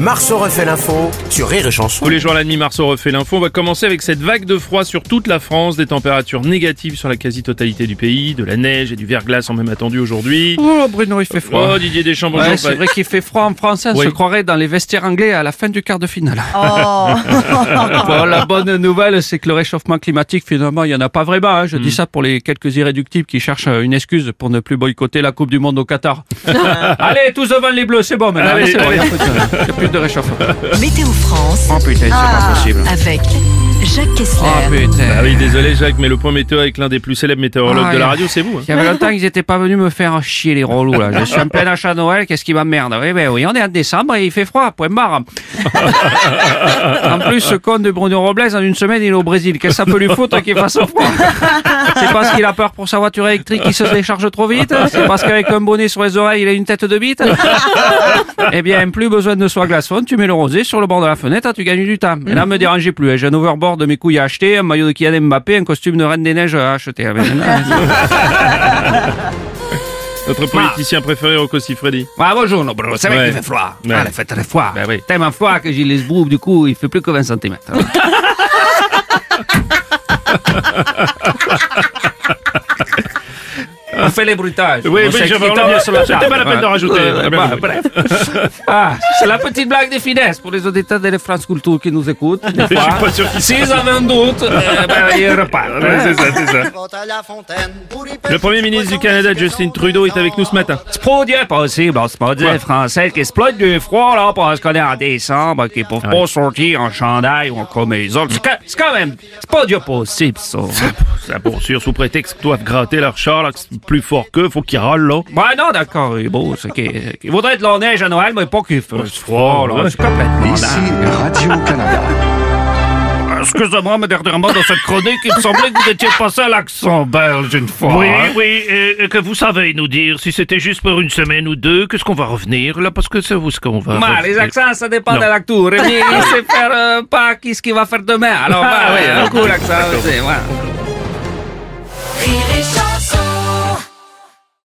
Marceau refait l'info sur Rire et Chanson. Tous les jours à la demi Marceau refait l'info. On va commencer avec cette vague de froid sur toute la France, des températures négatives sur la quasi-totalité du pays, de la neige et du verglas sont même attendus aujourd'hui. Oh, Bruno, il fait froid. Oh Didier Deschamps, bonjour. Ouais, c'est vrai qu'il fait froid en français, on Oui. se croirait dans les vestiaires anglais à la fin du quart de finale. Bon, la bonne nouvelle, c'est que le réchauffement climatique, finalement, il n'y en a pas vraiment. hein. Hmm. Je dis ça pour les quelques irréductibles qui cherchent euh, une excuse pour ne plus boycotter la Coupe du Monde au Qatar. allez, tous devant les bleus, c'est bon maintenant. Allez, Allez, c'est bon, allez. il n'y a, plus de- il y a plus de réchauffement. Météo France Oh putain, c'est pas possible. avec Jacques Oh Kessler. Ah putain. oui, désolé Jacques, mais le point météo avec l'un des plus célèbres météorologues Ah, de la oui. radio, c'est vous. hein. Il y avait longtemps qu'ils n'étaient pas venus me faire chier les relous là. Je suis en plein achat de Noël, qu'est-ce qui m'emmerde Oui, ben oui, on est en décembre et il fait froid, point barre. en plus, ce con de Bruno Robles, en une semaine, il est au Brésil. Qu'est-ce que ça peut lui foutre qu'il fasse froid C'est parce qu'il a peur pour sa voiture électrique qui se décharge trop vite C'est parce qu'avec un bonnet sur les oreilles, il a une tête de bite Eh bien, plus besoin de soie glaçonne, tu mets le rosé sur le bord de la fenêtre, tu gagnes du temps. Et là, me dérangez plus, hein. j'ai un overboard de mes couilles à acheter, un maillot de Kylian Mbappé, un costume de Reine des Neiges à acheter. Ah, ben, Notre politicien préféré, Rocco Siffredi. Ah bonjour, non, Bruno, c'est vrai Ouais. qu'il fait froid. Ouais. Ah, il fait très froid. Bah oui. Tellement froid que j'ai les bourbes, du coup, il fait plus que 20 cm. On fait les bruitages. Oui, On oui, sait je qui vais tombe revenir. sur la C'était table. pas la peine de rajouter. Ah, bien bah, compris. bref. Ah, c'est la petite blague des finesses pour les auditeurs de France Culture qui nous écoutent. Des Je fois. suis pas sûr qu'il S'ils avaient un doute, euh, ben, ils repartent. Ah, Ouais, c'est ça, c'est ça. Le Premier ministre du Canada, Justin Trudeau, est avec nous ce matin. C'est pas bien possible, c'est pas Ouais. bien français qui se plaignent du froid, là, parce qu'on est en décembre, qui peuvent Ouais. pas sortir en chandail ou en camisole. C'est ca- C'est quand même, c'est pas bien possible, ça. Ça pour sûr, sous prétexte que toi, gratter leur char, là, que c'est plus fort qu'eux, faut qu'ils râlent, là. Bah non, d'accord, il est beau, c'est qu'il qu'il voudrait de la neige à Noël, mais pas qu'il fasse froid, là. Ouais. C'est complètement Ici dingue. Radio-Canada. Excusez-moi, mais dernièrement, dans cette chronique, il me semblait que vous étiez passé à l'accent belge une fois. Oui, hein. oui, et, et que vous savez nous dire si c'était juste pour une semaine ou deux, qu'est-ce qu'on va revenir là, parce que c'est vous ce qu'on va. Ma, revenir. les accents, ça dépend Non. de l'acteur. Il il sait faire euh, pas qu'est-ce qu'il Ah, va faire demain. Alors, bah, oui, un coup, l'accent, c'est, voilà. Rire et chanson.